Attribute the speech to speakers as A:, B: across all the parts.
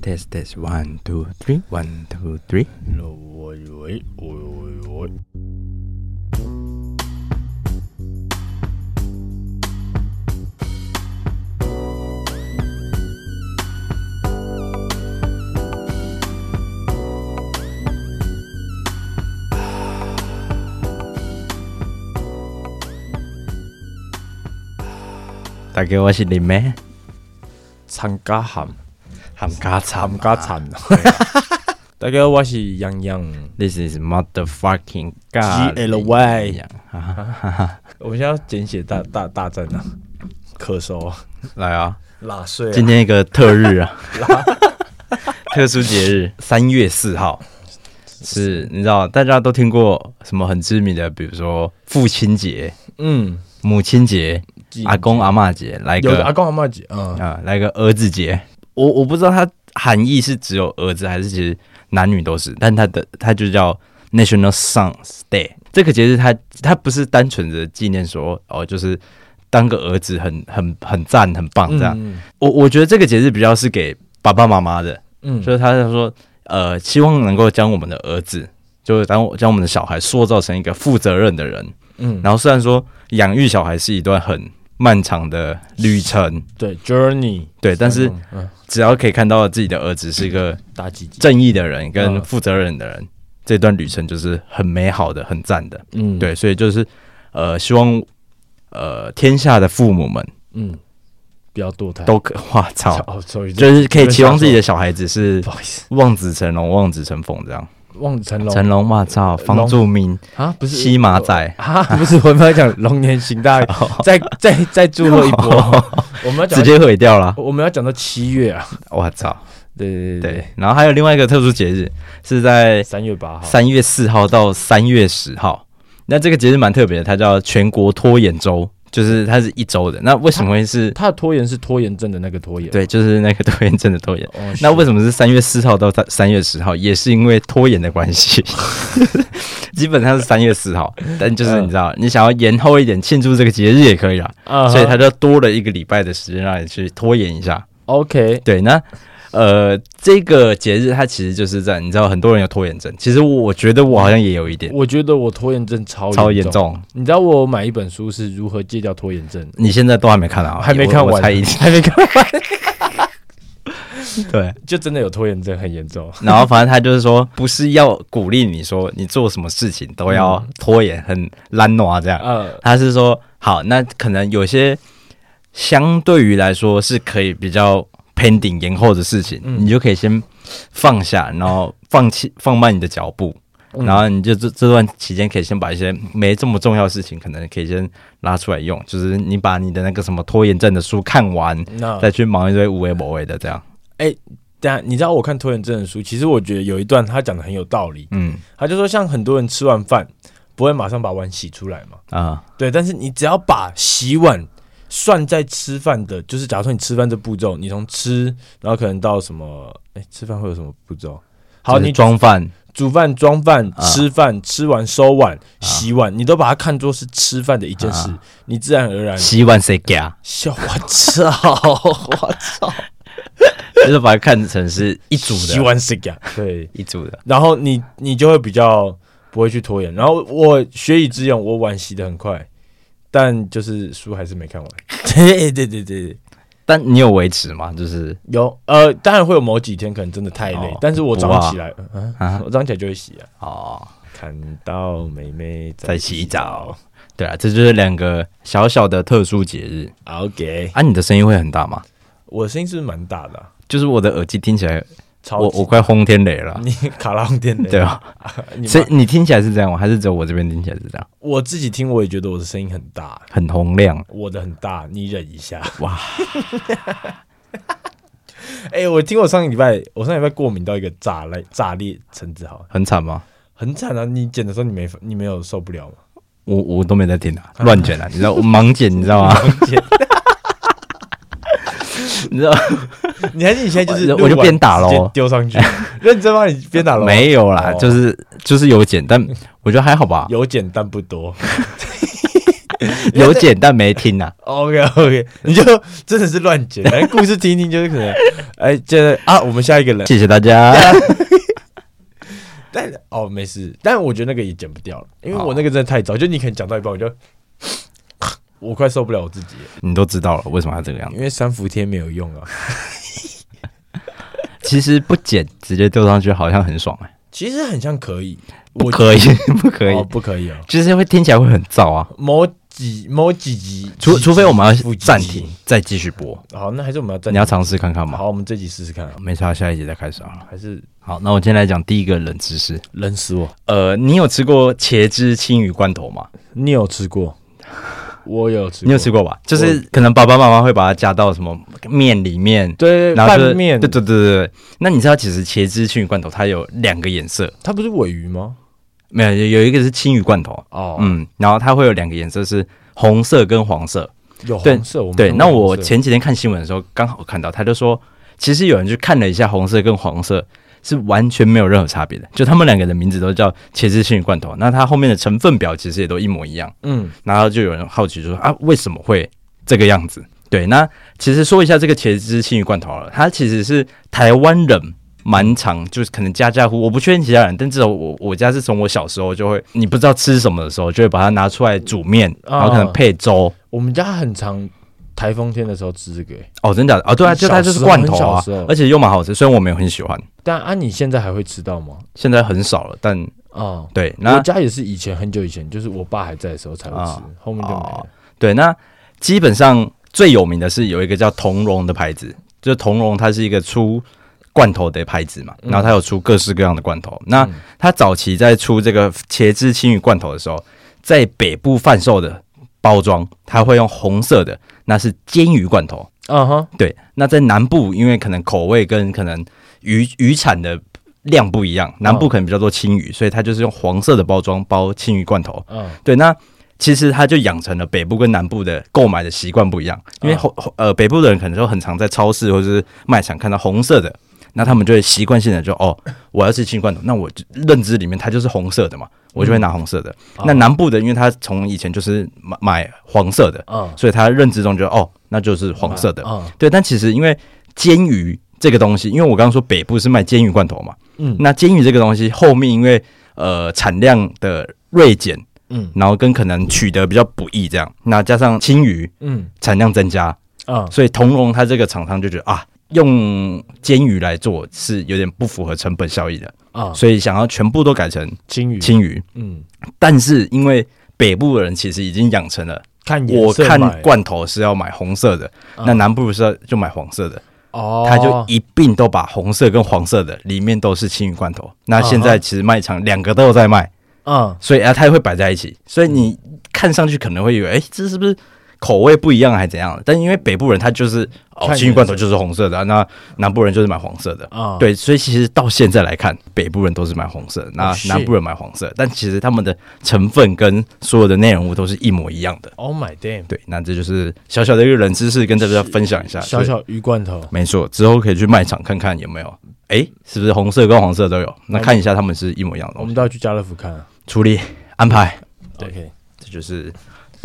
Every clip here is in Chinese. A: test test one two three one two three。
B: 喂喂喂喂喂，
A: 大家好，我是林妹，
B: 参加喊
A: 冚家
B: 参
A: 鏟，
B: 加惨， 大家好，我是洋洋。
A: This is motherfucking
B: GLY
A: 呀哈哈
B: 我们现在要简写大大大战啊，咳嗽啊，
A: 来啊！
B: 拉碎
A: 今天一个特日 啊，特殊节日，三月四号。是，你知道大家都听过什么很知名的，比如说父亲节、
B: 嗯，
A: 母亲节、阿公阿嬷节，来
B: 有
A: 个
B: 的阿公阿嬷姐啊，
A: 啊、来个儿子节。我我不知道它含义是只有儿子，还是其实男女都是，但它的它就叫 National Sons Day。这个节日它它不是单纯的纪念说哦，就是当个儿子很很很赞很棒这样。
B: 嗯
A: 我我觉得这个节日比较是给爸爸妈妈的，
B: 嗯，
A: 就是他是说呃，希望能够将我们的儿子，就是当我将我们的小孩塑造成一个负责任的人。
B: 嗯，
A: 然后虽然说养育小孩是一段很漫长的旅程，
B: 对，Journey，
A: 对，但是
B: 嗯，
A: 只要可以看到自己的儿子是一个
B: 打几集，
A: 正义的人跟
B: 嗯
A: 负责任的人，这段旅程就是很美好的、很赞的。
B: 嗯，，
A: 对，所以就是呃，希望呃天下的父母们
B: 嗯，不要堕胎，
A: 都可，哇操，
B: 哦，sorry，
A: 就是可以期望自己的小孩子是
B: 不好意思，
A: 望子成龙、望子成凤这样。
B: 望子成龙
A: 成龙，哇操，房住明、
B: 啊，不是
A: 西马仔，
B: 啊，不是，我们要讲龙年行大运， 再再再祝贺一波。 我们要
A: 直，
B: 讲
A: 接毁掉了，
B: 我们要讲到七月啊，
A: 哇操！
B: 对对
A: 对，，然后还有另外一个特殊节日是在
B: 三月八号，
A: 三月四号到三月十号。那这个节日蛮特别的，它叫全国拖延周，就是它是一周的。那为什么会是？
B: 他的拖延是拖延症的那个拖延。
A: 对，就是那个拖延症的拖延。
B: 哦，
A: 那
B: 是
A: 为什么是三月四号到三三月十号？也是因为拖延的关系， 基本上是三月四号，但就是
B: 嗯
A: 你知道，你想要延后一点庆祝这个节日也可以啦，
B: 啊
A: 所以它就多了一个礼拜的时间让你去拖延一下。
B: OK，
A: 对，那呃，这个节日它其实就是在你知道，很多人有拖延症，其实我觉得我好像也有一点
B: 我觉得我拖延症超
A: 超
B: 严
A: 严。重。
B: 你知道我有买一本书是如何戒掉拖延 症？
A: 你现在都还没看啊？
B: 还没
A: 我
B: 看
A: 我
B: 完，
A: 猜一定
B: 还没看完，
A: 对。
B: 就真的有拖延症，很严重。
A: 然后反正他就是说，不是要鼓励你说你做什么事情都要
B: 嗯
A: 拖延、很懒惰啊这样，
B: 呃，
A: 他是说好，那可能有些相对于来说是可以比较 pending 延后的事情，
B: 嗯
A: 你就可以先放下，然后放弃放慢你的脚步，
B: 嗯
A: 然后你就这这段期间可以先把一些没这么重要的事情，可能可以先拉出来用，就是你把你的那个什么拖延症的书看完，
B: 那
A: 再去忙一堆无为不为的这样。
B: 等下你知道我看拖延症的书，其实我觉得有一段他讲的很有道理。
A: 嗯
B: 他就说，像很多人吃完饭不会马上把碗洗出来嘛，
A: 啊、
B: 对，但是你只要把洗碗算在吃饭的，就是假如说你吃饭这步骤，你从吃，然后可能到什么，哎、吃饭会有什么步骤？好，
A: 就是
B: 你
A: 装饭
B: 煮饭、装饭、
A: 啊
B: 吃饭、吃完、收碗、洗碗，你都把它看作是吃饭的一件事，你自然而然。
A: 洗碗谁家，
B: 笑，啊我操！我操！
A: 就是把它看成是一组
B: 洗
A: 的，
B: 碗谁呀？对，
A: 一组的。
B: 然后你你就会比较不会去拖延。然后我学以致用，我碗洗的很快，但就是书还是没看完。 对对对对对。
A: 但你有维持吗？就是
B: 有，呃，当然会有某几天可能真的太累，
A: 哦
B: 但是我早
A: 不啊
B: 上起来，嗯、
A: 啊
B: 我早上起来就会洗啊。
A: 哦。
B: 看到妹妹
A: 在洗澡。对啊，这就是两个小小的特殊节日
B: OK，
A: 啊！你的声音会很大吗？
B: 我的声音是不是蛮大的啊、
A: 就是我的耳机听起来，
B: 超
A: 我
B: 级
A: 我快轰天雷了，
B: 你卡拉轰店的，
A: 啊对啊，
B: 你
A: 所以
B: 妈
A: 你听起来是这样吗？还是只有我这边听起来是这样？
B: 我自己听我也觉得我的声音很大，
A: 很洪亮，
B: 我的很大，你忍一下。
A: 哇！
B: 哎、我听我上个礼拜，我上礼拜过敏到一个炸裂炸裂陈子豪，
A: 很惨吗？
B: 很惨啊！你剪的时候你没你没有受 不了吗？
A: 我我都没在听啊，乱剪啊，你知道我盲剪，你知 道吗？
B: 剪，
A: 你知道
B: 你还是你现在就是
A: 我我就
B: 录完
A: 边打咯
B: 直接 丢上去，认真帮你边打喽。
A: 没有啦，
B: 哦
A: 嗯就是就是有剪，但我觉得还好吧。
B: 有剪但不多。
A: 有剪但没听 啊。
B: OK OK，你就真的是乱剪，反正故事听一听就是可能，哎，这啊，我们下一个人，
A: 谢谢大家。
B: 但哦没事，但我觉得那个也剪不掉了，因为我那个真的太早，就你可能讲到一半，我就我快受不了我自己了，
A: 你都知道了，为什么要这个样子？
B: 因为三伏天没有用啊。
A: 其实不剪直接丢上去好像很爽哎、
B: 其实很像可以，
A: 不
B: 我
A: 可以， 不可以，
B: 哦，不可以哦。
A: 就是会听起来会很燥啊。
B: 某几某几集，
A: 除
B: 几
A: 除非我们
B: 几
A: 要
B: 集
A: 暂停。再继续播，
B: 好，那还是我们要暂
A: 你
B: 停。
A: 要尝试看看吗？
B: 好，我们这集试试看啊，
A: 没差，下一集再开始好了。
B: 还是
A: 好，那我今天来讲第一个冷知识。
B: 冷死我。
A: 呃，你有吃过茄汁青鱼罐头吗？
B: 你有吃过？我有吃过。
A: 你有吃
B: 过？
A: 过吧？就是可能爸爸妈妈会把它加到什么面里面，
B: 对，
A: 然后就是
B: 拌面。
A: 对对对对对。那你知道其实茄汁青鱼罐头它有两个颜色，
B: 它不是尾鱼吗？
A: 没有有有一个是青鱼罐头，
B: 哦，
A: 嗯，然后它会有两个颜色是红色跟黄色。
B: 有红色。我们
A: 对，
B: 看
A: 那
B: 过
A: 我
B: 红色
A: 前几天看新闻的时候刚好看到，他就说其实有人去看了一下红色跟黄色。是完全没有任何差别的，就他们两个的名字都叫茄汁青鱼罐头，那它后面的成分表其实也都一模一样。
B: 嗯
A: 然后就有人好奇就说啊，为什么会这个样子？对，那其实说一下这个茄汁青鱼罐头好了，它其实是台湾人蛮常，就是可能家家户，我不确定其他人，但至少我我家是从我小时候就会，你不知道吃什么的时候，就会把它拿出来煮面，
B: 哦
A: 然后可能配粥。
B: 我们家很常台风天的时候吃这个欸，
A: 哦，真的假的哦，对啊，就它就是罐头
B: 小
A: 啊
B: 时候很小时候，
A: 而且又蛮好吃，虽然我没有很喜欢，
B: 但啊，你现在还会吃到吗？
A: 现在很少了，但
B: 哦，
A: 对，
B: 我
A: 那
B: 家也是以前很久以前，就是我爸还在的时候才会吃
A: 啊，
B: 后面就没
A: 哦
B: 了。
A: 对，那基本上最有名的是有一个叫同荣的牌子，就是同荣它是一个出罐头的牌子嘛，然后它有出各式各样的罐头。那它早期在出这个茄汁青鱼罐头的时候，在北部贩售的包装，它会用红色的，那是煎鱼罐头。
B: 嗯哼，
A: 对，那在南部，因为可能口味跟可能渔渔产的量不一样，南部可能比较多青鱼，所以它就是用黄色的包装包青鱼罐头。
B: 嗯，
A: 对，那其实他就养成了北部跟南部的购买的习惯不一样，因为
B: 啊
A: 红、呃北部的人可能就很常在超市或者是卖场看到红色的，那他们就会习惯性的就哦，我要吃青罐头，那我就认知里面它就是红色的嘛，我就会拿红色的。那南部的，因为他从以前就是买买黄色的，
B: 嗯，
A: 所以他认知中就哦，那就是黄色的。
B: 嗯
A: 对，但其实因为煎鱼这个东西，因为我刚刚说北部是卖煎鱼罐头嘛，
B: 嗯
A: 那煎鱼这个东西后面因为呃产量的锐减，
B: 嗯
A: 然后跟可能取得比较不易这样，那加上青鱼
B: 嗯
A: 产量增加，
B: 嗯，
A: 所以同荣它这个厂商就觉得啊，用煎鱼来做是有点不符合成本效益的，
B: 啊，
A: 所以想要全部都改成
B: 金鱼，
A: 青鱼，
B: 嗯，
A: 但是因为北部的人其实已经养成了，
B: 看
A: 我
B: 颜色
A: 看
B: 买
A: 罐头是要买红色的，
B: 啊
A: 那南部是要就买黄色的，
B: 哦，
A: 他就一并都把红色跟黄色的里面都是青鱼罐头。那现在其实卖场两个都有在卖，
B: 嗯
A: 所以啊，它也会摆在一起，所以你看上去可能会以为，哎、这是不是口味不一样还怎样的？但因为北部人他就是哦，
B: 看
A: 青鱼罐头就是红色的啊、那南部人就是买黄色的。
B: 啊，
A: 对，所以其实到现在来看，北部人都是买红色，那
B: 哦是
A: 南部人买黄色，但其实他们的成分跟所有的内容物都是一模一样的。
B: ，Oh my damn，
A: 对，那这就是小小的一个冷知识，跟大家分享一下。
B: 小小鱼罐头，
A: 没错，之后可以去卖场看看有没有，诶，是不是红色跟黄色都有？那看一下他们是一模一样的
B: 我
A: 东
B: 们
A: 西，
B: 都要去家乐福看啊。
A: 处理安排，对
B: OK，
A: 这就是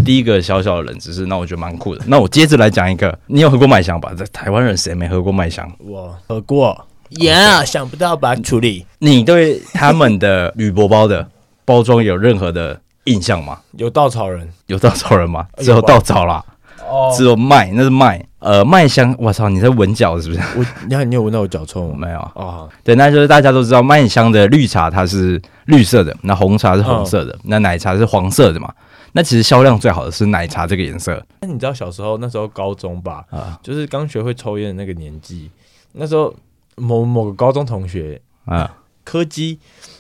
A: 第一个小小的冷知识。那我觉得蛮酷的。那我接着来讲一个，你有喝过麦香吧？在台湾人谁没喝过麦香？
B: 我喝过，呀，想不到吧？处理
A: 你对他们的铝箔包的包装有任何的印象吗？
B: 有稻草人
A: 有稻草人吗？
B: 有
A: 只有
B: 吧
A: 稻草啦，
B: 哦
A: 只有麦，那是麦。呃，麦香，我操，你在闻脚是不是？
B: 我，你看你有闻到我脚臭
A: 我
B: 吗？
A: 没有啊。
B: 哦，
A: 对，那就是大家都知道麦香的绿茶它是绿色的，那红茶是红色的，那奶茶是黄色的嘛。那其实销量最好的是奶茶这个颜色
B: 那你知道小时候那时候高中吧，
A: 啊
B: 就是刚学会抽烟的那个年纪，那时候某某个高中同学
A: 啊
B: 柯基，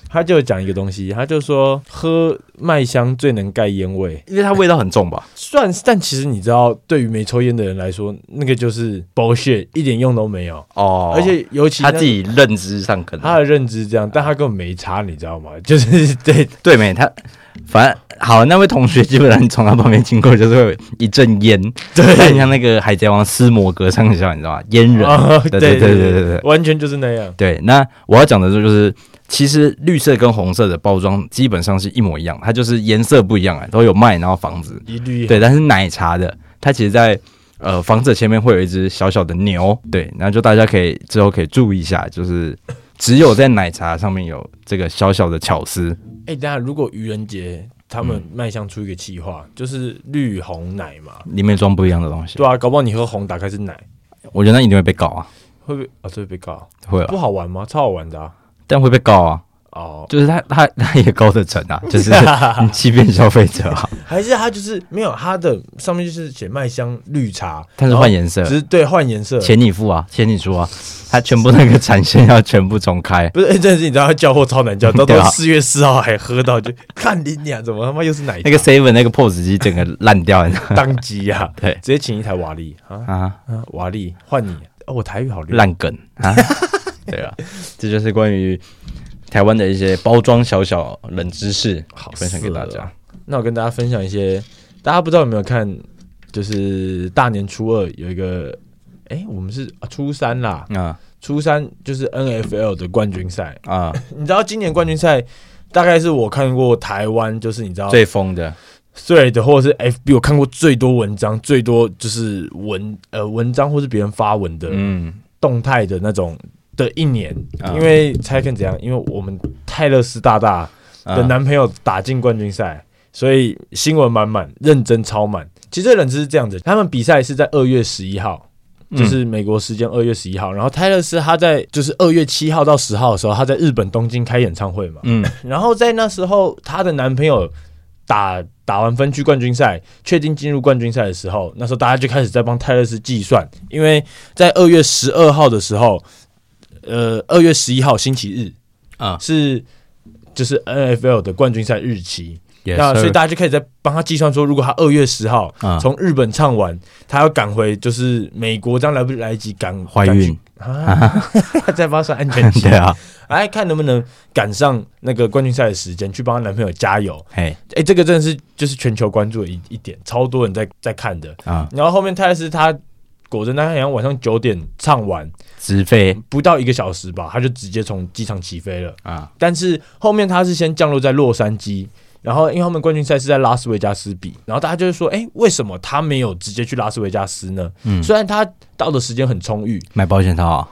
B: 他就讲一个东西，他就说喝麦香最能盖烟味。
A: 因为它味道很重吧？
B: 虽然，但其实你知道，对于没抽烟的人来说，那个就是 bullshit，一点用都没有。
A: 哦
B: 而且尤其
A: 他
B: 那
A: 自己认知上可
B: 他
A: 能
B: 的认知这样，但他根本没差，你知道吗？就是 对，
A: 对没他，反正好那位同学基本上你从他旁边经过就是会有一阵烟，
B: 对
A: 很像那个海贼王斯摩格上校，你知道吗？烟人，
B: 啊
A: 对对对对对对
B: 完全就是那样。
A: 对，那我要讲的就是其实绿色跟红色的包装基本上是一模一样，它就是颜色不一样啊，都有卖，然后房子
B: 一律
A: 对，但是奶茶的它其实在呃房子前面会有一只小小的牛，对，然后就大家可以之后可以注意一下，就是只有在奶茶上面有这个小小的巧思，
B: 哎、等一下如果愚人节他
A: 嗯
B: 们迈向出一个计划，就是绿红奶嘛，
A: 里面装不一样的东西，
B: 对啊，搞不好你喝红打开是奶，
A: 我觉得那一定会被告啊，
B: 会不会啊？这会被告，
A: 会啊
B: 不，好玩吗？超好玩的啊！
A: 但会被告啊，
B: 哦，
A: 就是他他他也告得成啊，就是你欺骗消费者啊，
B: 还是它就是没有它的上面就是写麦香绿茶，
A: 但是
B: 然后
A: 换颜色，
B: 哦只是对换颜色，
A: 钱你付啊，钱你出啊，他全部那个产线要全部重开，
B: 不是，欸、真的是你知道他叫货超难叫，到
A: 对
B: 到
A: 啊
B: 四月四号还喝到就看你俩怎么他妈又是奶茶
A: 那个 seven 那个 POS 机整个烂掉，你知道
B: 当机呀、啊，
A: 对
B: 直接请一台瓦力啊
A: 啊。
B: 啊，瓦力换你哦，我台语好溜，
A: 烂梗啊， 对啊，这就是关于台湾的一些包装小小冷知识，
B: 好
A: 分享给大家。
B: 那我跟大家分享一些，大家不知道有没有看，就是大年初二有一个，哎、我们是、啊、初三啦，
A: 啊
B: 初三就是 NFL 的冠军赛，
A: 啊，
B: 你知道今年冠军赛大概是我看过台湾，就是你知道
A: 最疯的，
B: 对的，或者是 FB 我看过最多文章，最多就是文呃文章或是别人发文的、
A: 嗯，
B: 动态的那种的一年，
A: 啊
B: 因为猜看怎样，因为我们泰勒斯大大
A: 啊
B: 的男朋友打进冠军赛，所以新闻满满，认真超满。其实这人是这样子，他们比赛是在二月十一号，就是美国时间二月十一号，然后泰勒斯他在就是二月七号到十号的时候，他在日本东京开演唱会嘛，
A: 嗯
B: 然后在那时候，她的男朋友打打完分区冠军赛，确定进入冠军赛的时候，那时候大家就开始在帮泰勒斯计算，因为在二月十二号的时候，呃，二月十一号星期日
A: 啊
B: 是就是 NFL 的冠军赛日期。
A: 也
B: 那所以
A: 是
B: 大家就开始在帮他计算说，如果他二月十号
A: 啊
B: 从日本唱完，他要赶回就是美国，这样来不来得及赶
A: 怀孕，
B: 赶去啊？ 再发生安全期
A: 对啊，
B: 哎，看能不能赶上那个冠军赛的时间，去帮她男朋友加油。
A: 嘿
B: 哎、这个真的是就是全球关注的一一点，超多人在在看的。
A: 啊，
B: 然后后面泰勒斯他果真，他好像晚上九点唱完，
A: 直飞
B: 不到一个小时吧，他就直接从机场起飞了。
A: 啊，
B: 但是后面他是先降落在洛杉矶，然后因为他们冠军赛是在拉斯维加斯比，然后大家就是说，哎、为什么他没有直接去拉斯维加斯呢？
A: 嗯
B: 虽然他到的时间很充裕，
A: 买保险套啊，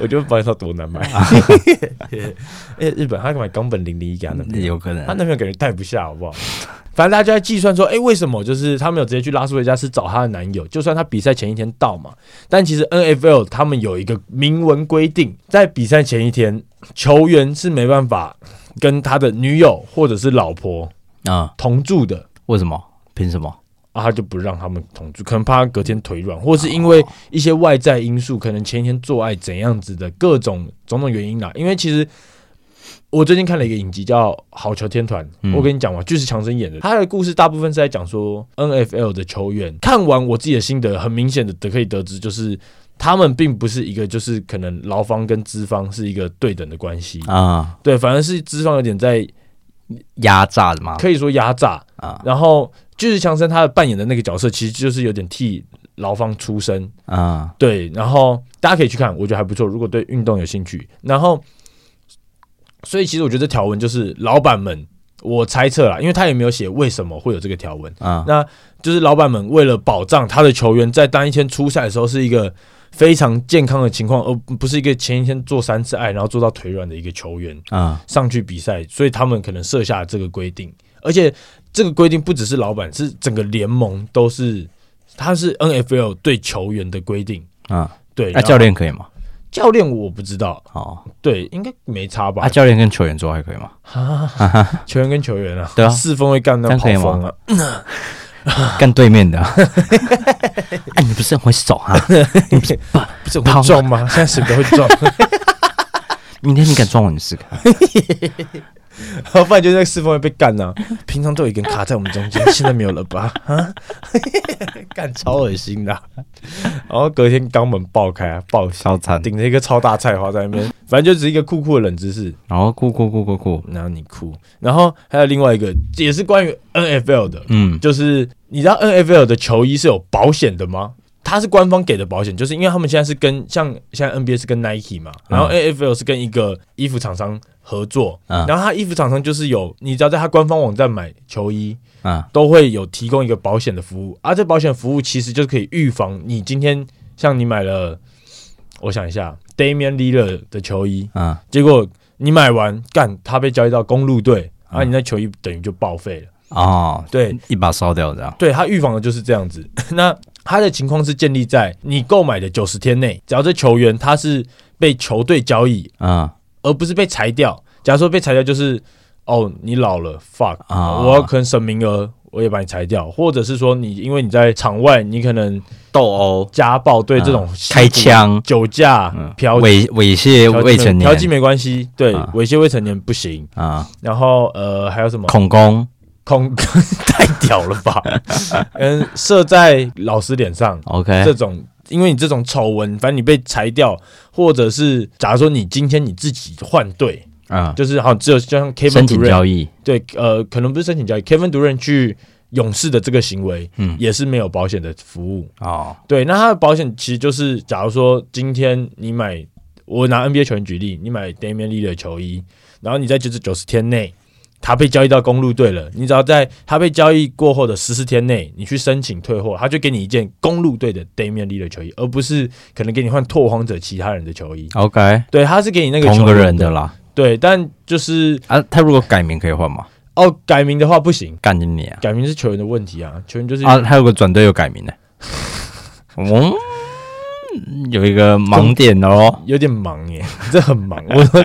B: 我觉得不知道多难买。 哎，日本他买冈本零零一给他男朋友，
A: 有可
B: 他
A: 能
B: 男朋友感觉带不下，好不好？ 反正大家在计算说，哎、为什么就是他没有直接去拉斯维加斯找她的男友？就算他比赛前一天到嘛，但其实 NFL 他们有一个明文规定，在比赛前一天，球员是没办法跟他的女友或者是老婆
A: 啊？
B: 同住的。
A: 为什么？凭什么？
B: 啊，他就不让他们同住，可能怕他隔天腿软，或是因为一些外在因素，可能前一天做爱怎样子的各种种种原因啦。因为其实我最近看了一个影集叫《好球天团》，
A: 嗯
B: 我跟你讲嘛，巨石强森演的，他的故事大部分是在讲说 NFL 的球员。看完我自己的心得，很明显的得可以得知，就是他们并不是一个就是可能劳方跟资方是一个对等的关系，
A: 啊？
B: 对，反而是资方有点在
A: 压榨的吗？
B: 可以说压榨。
A: 啊
B: 然后巨石强森他扮演的那个角色，其实就是有点替劳方出身，
A: 啊
B: 对。然后大家可以去看，我觉得还不错。如果对运动有兴趣，然后，所以其实我觉得这条文就是老板们，我猜测啦，因为他也没有写为什么会有这个条文，
A: 啊
B: 那就是老板们为了保障他的球员在当一天出赛的时候是一个非常健康的情况，而不是一个前一天做三次爱然后做到腿软的一个球员。
A: 啊！
B: 上去比赛，所以他们可能设下这个规定，而且这个规定不只是老板，是整个联盟都是，它是 NFL 对球员的规定。
A: 啊，
B: 对，
A: 那
B: 然后
A: 教练可以吗？
B: 教练我不知道，
A: 哦，
B: 对，应该没差吧
A: 啊，？教练跟球员做还可以吗？
B: 球员跟球员啊，
A: 对啊
B: 四分会干
A: 这
B: 那
A: 样
B: 跑
A: 可以吗
B: 风啊，
A: 干对面 的，哎，啊你不是很会手啊？
B: 不是
A: 跑
B: 会撞吗？ 现在谁都会撞，
A: 明天你敢撞我，你试试看。
B: 不然就是那个四分会被干呐、平常都有一根卡在我们 中间，现在没有了吧？啊， 干超恶心的啊、然后隔天肛门爆开啊，爆血
A: 烧惨。
B: 顶着一个超大菜花在那边，反正就只是一个酷酷的冷知识，
A: 然后酷酷酷酷酷，
B: 然后你哭，然后还有另外一个也是关于 NFL 的，
A: 嗯，
B: 就是你知道 NFL 的球衣是有保险的吗？它是官方给的保险，就是因为他们现在是跟像现在 NBA 是跟 Nike 嘛，然后 AFL 是跟一个衣服厂商合作，
A: 嗯
B: 然后它衣服厂商就是有，你只要在它官方网站买球衣，
A: 嗯
B: 都会有提供一个保险的服务，啊而、这保险服务其实就是可以预防你今天像你买了，我想一下，Damian l i l l a r 的球衣，
A: 嗯，
B: 结果你买完干他被交易到公路队，啊，
A: 嗯
B: 你那球衣等于就报废了。
A: 哦，
B: 对，
A: 一把烧掉这样。
B: 对，它预防的就是这样子。 那它的情况是建立在你购买的九十天内，只要这球员他是被球队交易，
A: 嗯
B: 而不是被裁掉。假如说被裁掉，就是哦，你老了，fuck，、
A: 啊
B: 我要可能省名额，我也把你裁掉，或者是说你因为你在场外，你可能
A: 斗殴、
B: 家暴，对这种
A: 嗯
B: 吸毒
A: 开、枪、
B: 酒驾、
A: 嗯
B: 嫖
A: 猥猥亵
B: 嫖妓
A: 未成年
B: 嫖妓没关系，对，
A: 啊
B: 猥亵未成年不行。
A: 啊，
B: 然后呃，还有 什么
A: 恐攻
B: 恐太屌了 吧？嗯，射在老师脸上，这
A: ，OK，
B: 种，因为你这种丑闻，反正你被裁掉，或者是假如说你今天你自己换队，
A: 嗯，
B: 就是好只有就像 Kevin
A: 申请
B: Durant
A: 交易，
B: 对，呃，可能不是申请交易，Kevin Durant 去勇士的这个行为，
A: 嗯
B: 也是没有保险的服务。
A: 哦，
B: 对，那他的保险其实就是，假如说今天你买，我拿 NBA 球员举例，你买 Damian l e e 的球衣，然后你在就是九十天内，他被交易到公路队了，你只要在他被交易过后的十四天内，你去申请退货，他就给你一件公路队的 Damian l e e 的球衣，而不是可能给你换拓荒者其他人的球衣。
A: OK，
B: 对，他是给你那个
A: 同个
B: 球员
A: 人的，啦。
B: 对，但就是
A: 啊，他如果改名可以换吗？
B: 哦，改名的话不行，
A: 干你你啊！
B: 改名是球员的问题啊，球员就是
A: 啊，他有个转队又改名了，嗯，有一个盲点哦，
B: 有点忙耶， 这很忙， 我说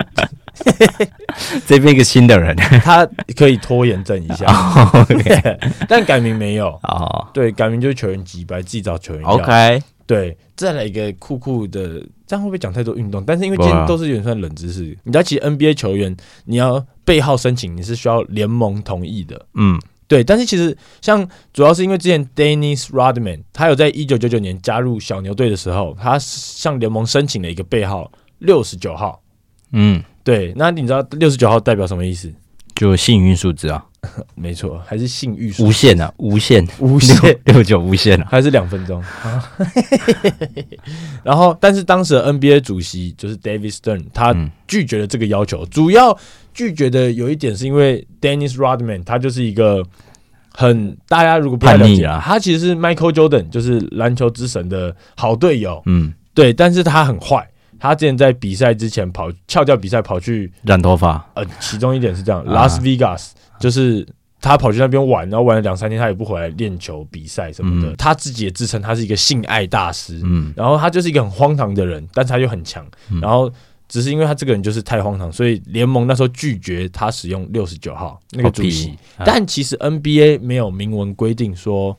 A: 这边一个新的 人。
B: 他可以拖延症一 下。
A: 哦 OK，
B: 但改名没有。
A: 哦
B: 对，改名就是球员几白，自己找球员要。
A: ，OK，
B: 对，再来一个酷酷的，这样会不会讲太多运动？但是因为
A: 不
B: 今
A: 会啊
B: 天都是有点算冷知识，你知道，其实 NBA 球员你要背号申请，你是需要联盟同意的。
A: 嗯，
B: 对，但是其实像主要是因为之前 Dennis Rodman，他有在一九九九年加入小牛队的时候，他向联盟申请了一个背号六十九号。
A: 嗯，
B: 对，那你知道六十九号代表什么意思？
A: 就幸运数字啊，
B: 没错，还是性欲
A: 无限啊，无限，
B: 无限
A: 六 六九无限啊，
B: 还是两分钟。然后，但是当时的 NBA 主席就是 David Stern，他
A: 嗯
B: 拒绝了这个要求。主要拒绝的有一点是因为 Dennis Rodman，他就是一个很大家如果不太了
A: 叛逆
B: 解
A: 啊
B: 他其实是 Michael Jordan，就是篮球之神的好队友。
A: 嗯，
B: 对，但是他很坏。他之前在比赛之前跑翘掉比赛跑去
A: 染头发，
B: 呃，其中一点是这样、
A: 啊
B: l a s Vegas 就是他跑去那边玩，然后玩了两三天，他也不回来练球、比赛什么的。
A: 嗯
B: 他自己也自称他是一个性爱大师，
A: 嗯
B: 然后他就是一个很荒唐的人，但是他又很强。
A: 嗯
B: 然后只是因为他这个人就是太荒唐，所以联盟那时候拒绝他使用六十九号那个主席。
A: 好屁啊
B: 但其实 NBA 没有明文规定说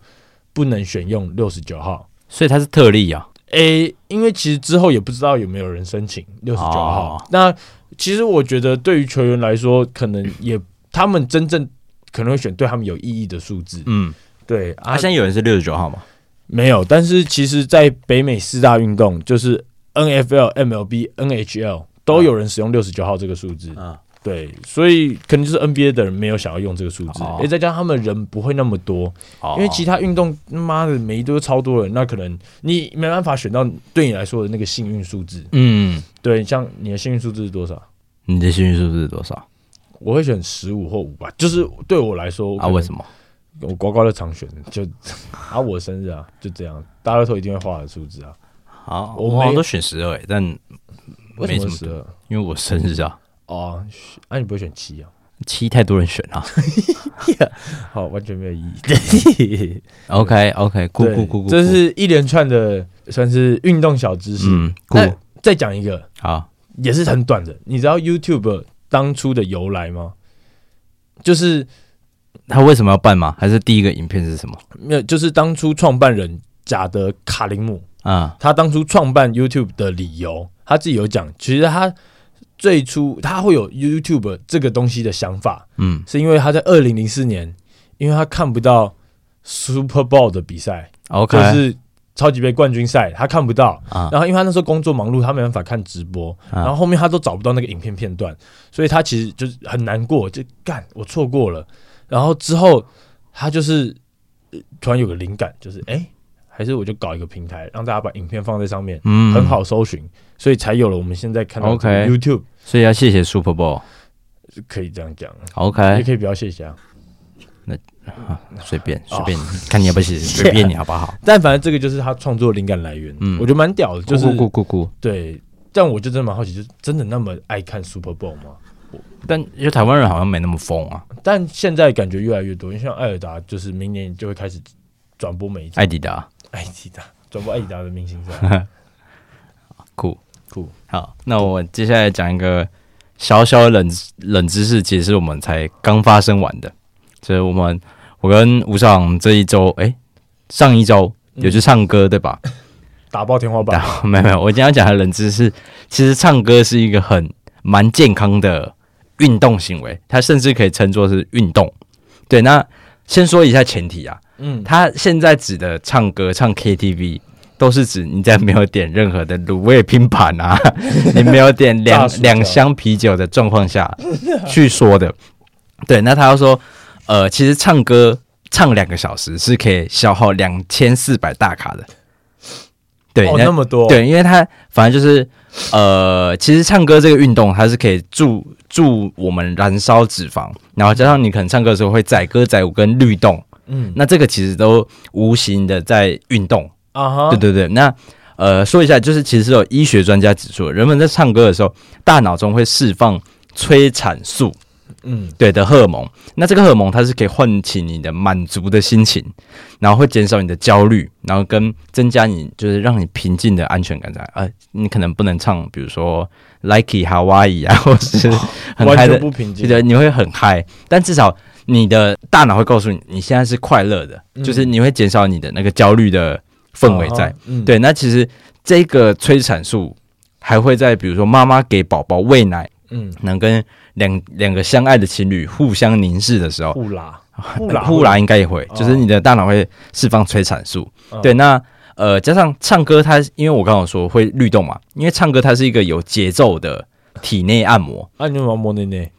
B: 不能选用六十九号。
A: 所以他是特例啊，
B: 诶、因为其实之后也不知道有没有人申请六十九号。
A: 哦
B: 那其实我觉得，对于球员来说，可能也他们真正可能会选对他们有意义的数字。
A: 嗯，
B: 对
A: 啊，
B: 啊，
A: 现在有人是六十九号嘛，
B: 没有，但是其实，在北美四大运动，就是 NFL、MLB、NHL 都有人使用六十九号这个数字。
A: 嗯，
B: 对，所以可能就是 NBA 的人没有想要用这个数字，
A: 哦
B: 诶、再加上他们人不会那么多，因为其他运动嗯妈的每一都超多人，那可能你没办法选到对你来说的那个幸运数字。
A: 嗯，
B: 对，像你的幸运数字是多少？
A: 你的幸运数字是多少
B: 我会选十五或五吧，就是对我来说
A: 啊？为什？么？
B: 我可能我刮刮乐常选，就啊我生日啊，就这样，大乐透一定会画的数字啊。
A: 好，
B: 我
A: 我好像
B: 没
A: 都选十二，欸但
B: 为
A: 没
B: 什么
A: 什
B: 十
A: 么
B: 二？
A: 因为我生日啊，
B: 哦，嘘啊你不会选七啊？
A: 七太多人选啊 了。
B: 好，完全没有意 义。
A: OK OK，酷
B: 对
A: 酷酷酷，
B: 这是一连串的算是运动小知识。
A: 嗯酷
B: 那再讲一个，
A: 好
B: 也是很短的，你知道 YouTube 当初的由来吗？就是
A: 他为什么要办吗？还是第一个影片是什么？
B: 没有，就是当初创办人贾德卡林姆，
A: 啊
B: 他当初创办 YouTube 的理由，他自己有讲，其实他最初他会有 YouTube 这个东西的想法，
A: 嗯
B: 是因为他在二零零四年，因为他看不到 Super Bowl 的比赛，
A: ，OK
B: 就是超级杯冠军赛，他看不到。
A: 啊
B: 然后因为他那时候工作忙碌，他没办法看直播，
A: 啊
B: 然后后面他都找不到那个影片片段，所以他其实就是很难过，就干我错过了。然后之后他就是呃突然有个灵感，就是哎、还是我就搞一个平台，让大家把影片放在上面，
A: 嗯
B: 很好搜寻，所以才有了我们现在看到
A: OK
B: 这个 YouTube，
A: 所以要谢谢 Super Bowl。
B: 可以这样讲，啊也
A: OK，啊
B: 可以不要谢谢啊。
A: 随便
B: 哦
A: 随便，看你要不要谢谢，随便你好不好？
B: 但反正这个就是他创作灵感来源，
A: 嗯
B: 我觉得蛮屌的，就是
A: 咕咕咕咕咕。
B: 对。但我就真的蛮好奇，就是真的那么爱看 Super Bowl 吗？
A: 但因为台湾人好像没那么疯啊，
B: 但现在感觉越来越多，因为像艾尔达，就是明年就会开始转播每一场
A: 艾迪达
B: 艾迪达转播艾迪达的明星赛，
A: 酷。
B: 酷。
A: 好，那我接下来讲一个小小的冷冷知识，其实是我们才刚发生完的，就是我们我跟吴少昂这一周，哎、上一周
B: 嗯
A: 有去唱歌、对吧？
B: 打爆天花板，
A: 然后没有没有，我今天要讲的冷知识，其实唱歌是一个很蛮健康的运动行为，它甚至可以称作是运动。对，那先说一下前提啊，
B: 嗯，
A: 它现在指的唱歌、唱 KTV，都是指你在没有点任何的卤味拼盘 啊，你没有点两
B: 炸薯条
A: 两箱啤酒的状况下去说的。对，那他又说，呃，其实唱歌唱两个小时是可以消耗两千四百大卡的。对，
B: 哦，
A: 那
B: 那么多，，
A: 对，因为它反正就是呃，其实唱歌这个运动它是可以助助我们燃烧脂肪，然后加上你可能唱歌的时候会载歌载舞跟律动，
B: 嗯，
A: 那这个其实都无形的在运动。
B: 啊哈，
A: 对对对，那呃说一下，就是其实有医学专家指出，人们在唱歌的时候，大脑中会释放催产素。
B: 嗯，
A: 对的荷尔蒙。那这个荷尔蒙它是可以唤起你的满足的心情，然后会减少你的焦虑，然后跟增加你就是让你平静的安全感在。呃，你可能不能唱，比如说 Likey Hawaii 啊， 或是很嗨
B: 哦完
A: 的
B: 全，不平
A: 觉
B: 静，
A: 得你会很嗨，但至少你的大脑会告诉你，你现在是快乐的，
B: 嗯
A: 就是你会减少你的那个焦虑的氛围在
B: 啊。哈，嗯，
A: 对，那其实这个催产素还会在比如说妈妈给宝宝喂奶。
B: 嗯，
A: 能跟两两个相爱的情侣互相凝视的时候，
B: 互 拉，互拉，
A: 互拉应该也会，
B: 哦
A: 就是你的大脑会释放催产素。
B: 嗯
A: 对，那呃，加上唱歌它，因为我刚刚有说会律动嘛，因为唱歌它是一个有节奏的体内按摩。
B: 啊，你有没有摸内内？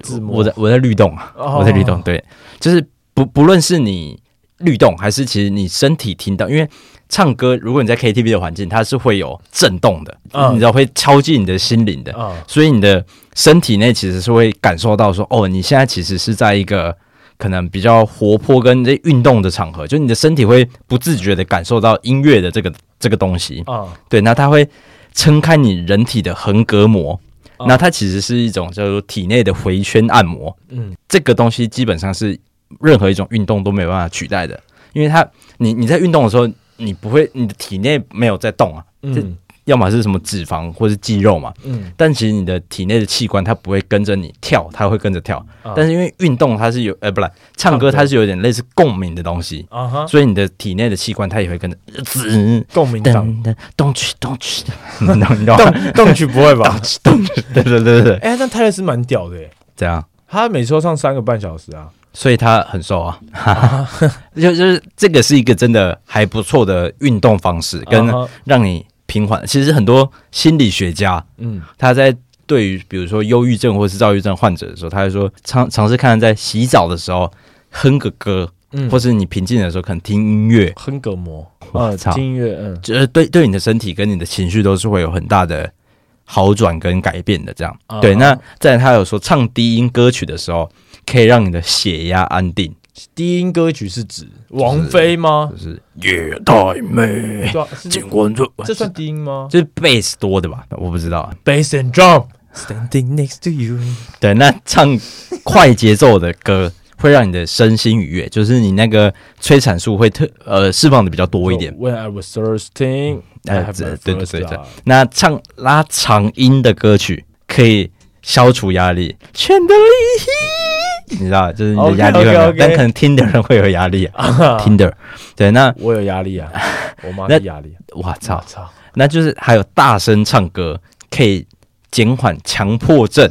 B: 自摸
A: 我在我在律动啊，
B: 哦
A: 我在律动，对，就是不不论是你律动还是其实你身体听到，因为唱歌如果你在 KTV 的环境，它是会有震动的，
B: 嗯
A: 你知道会敲击你的心灵的。
B: 啊，
A: 所以你的身体内其实是会感受到说，哦，你现在其实是在一个可能比较活泼跟这运动的场合，就你的身体会不自觉的感受到音乐的这个这个东西。
B: 啊，
A: 对，那它会撑开你人体的横膈膜，
B: 哦
A: 那它其实是一种叫做体内的回圈按摩。
B: 嗯，
A: 这个东西基本上是任何一种运动都没有办法取代的，因为它你你在运动的时候，你不会你的体内没有在动啊，
B: 嗯，
A: 要么是什么脂肪或是肌肉嘛，
B: 嗯，
A: 但其实你的体内的器官它不会跟着你跳，它会跟着跳。
B: 啊
A: 但是因为运动它是有，呃，不然唱歌它是有点类似共鸣的东西，
B: 啊哈，
A: 所以你的体内的器官它也会跟着滋
B: 共鸣档，
A: 噔噔动去动去，你懂你懂吗？
B: 动动去不 会吧？
A: 动去，对对对对，
B: 哎，那泰勒斯蛮屌的耶，
A: 这样，
B: 他每周上三个半小时啊，
A: 所以他很瘦啊，就就是这个是一个真的还不错的运动方式，跟
B: 啊哈
A: 让你平缓。其实很多心理学家
B: 嗯，
A: 他在对于比如说忧郁症或是躁郁症患者的时候，他会说尝尝试看在洗澡的时候哼个歌，
B: 嗯
A: 或是你平静的时候可能听音乐，
B: 亨格膜，
A: 我
B: 啊，
A: 操
B: 听音乐，嗯，
A: 就是对对你的身体跟你的情绪都是会有很大的好转跟改变的。这样、
B: 啊
A: 对。那再来他有说唱低音歌曲的时候，可以让你的血压安定，
B: 低音歌曲是指王菲吗
A: 就？是夜太美，
B: 对啊， 是这
A: 见光就
B: 这算低音吗
A: 就是 bass 多的吧？我不知道啊。
B: ？Bass and drum standing next to you，
A: 对，那唱快节奏的歌会让你的身心愉悦，就是你那个催产素会特呃释放的比较多一点。
B: When I was thirsting，
A: 哎
B: I have
A: 这
B: a
A: 对对对
B: first
A: 对啊
B: love
A: 那唱拉长音的歌曲可以消除压力，全的力，你知道，就是你的压力会
B: OK，OK，OK
A: 但可能听的人会有压力啊，听的。对，那
B: 我有压 力啊，我妈
A: 那
B: 是压力。
A: 我操，
B: 操！
A: 那就是还有大声唱歌可以减缓强迫症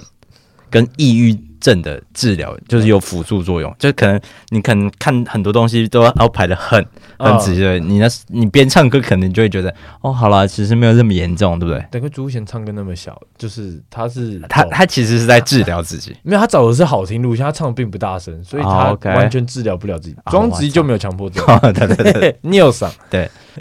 A: 跟抑郁症的治疗，就是有辅助作用。就可能你可能看很多东西都要安排的很很仔细，你那你边唱歌可能就会觉得哦，好了，其实没有那么严重，对不对？
B: 对，跟朱贤唱歌那么小，就是他是
A: 他
B: 走
A: 他其实是在治疗自己。
B: 没有他找的是好听路线，他唱的并不大声，所以
A: 啊
B: 他
A: ，OK
B: 完全治疗不了自己。
A: 啊
B: 庄子就没有强迫症，
A: 对对对对，
B: 你有嗓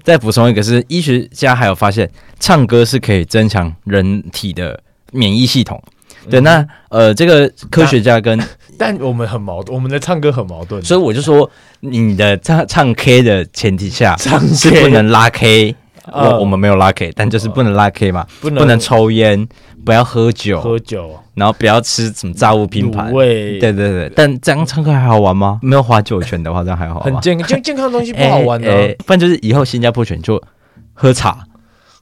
A: 再补充一个是，医学家还有发现，唱歌是可以增强人体的免疫系统。对，那呃，这个科学家跟
B: 但我们很矛盾，我们的唱歌很矛盾，
A: 所以我就说，你的唱唱 K 的前提下
B: 唱
A: 是
B: K
A: 不能拉 K，
B: 啊
A: 我我们没有拉 K，但就是不能拉 K 嘛，
B: 哦不能
A: 不能抽烟，不要喝酒，
B: 喝酒、
A: 然后不要吃什么炸物拼盘
B: 卤。味，
A: 对对对，但这样唱歌还好玩吗？没有划酒泉的话，这样还好玩
B: 很
A: 吗？
B: 健康，健健康的东西不好玩 啊
A: 哎
B: 的
A: 哎。不然就是以后新加坡泉就喝茶，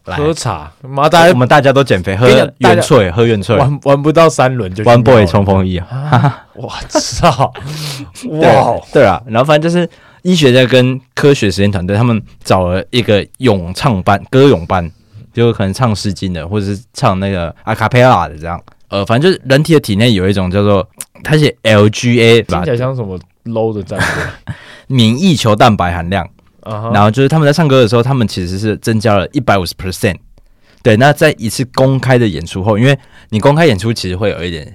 A: 来
B: 喝茶，
A: 哎
B: 妈大
A: 我
B: 家
A: 们大家都减肥，喝
B: 跟你讲大家
A: 元萃，喝元萃
B: 玩玩不到三轮就去
A: ，One
B: 尿
A: Boy
B: 了
A: 冲锋衣啊。
B: 啊！我操！哇哦
A: 对，对啊，然后反正就是医学家跟科学实验团队，他们找了一个咏唱班、歌咏班，就可能唱《诗经》的，或者是唱那个阿卡贝拉的这样。呃，反正就是人体的体内有一种叫做，它写 LGA
B: 听
A: 吧
B: 起，来像什么 low 的战队
A: 免疫球蛋白含量。
B: 啊哈！
A: 然后就是他们在唱歌的时候，他们其实是增加了一百五十 percent。对，那在一次公开的演出后，因为你公开演出其实会有一点